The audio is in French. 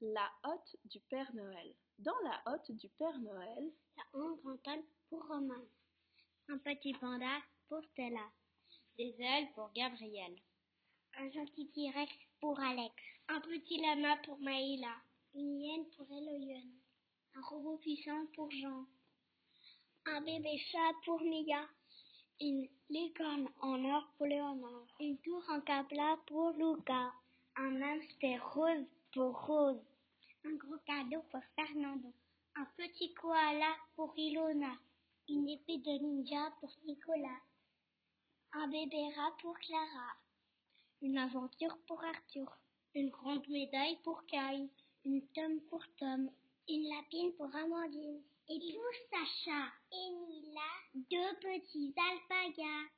La hotte du Père Noël. Dans la hotte du Père Noël, La honte brantale pour Romain. Un petit panda pour Stella. Des ailes pour Gabriel. Un gentil T-Rex pour Alex. Un petit lama pour Maïla. Une hyène pour Eloyone. Un robot puissant pour Jean. Un bébé chat pour Mia. Une licorne en or pour Léonard. Une tour en capla pour Lucas. Un hamster rose pour Rose. Un gros cadeau pour Fernando. Un petit koala pour Ilona. Une épée de ninja pour Nicolas. Un bébé rat pour Clara. Une aventure pour Arthur. Une grande médaille pour Kai. Une tome pour Tom. Une lapine pour Amandine. Et pour Sacha. Et Mila, deux petits alpagas.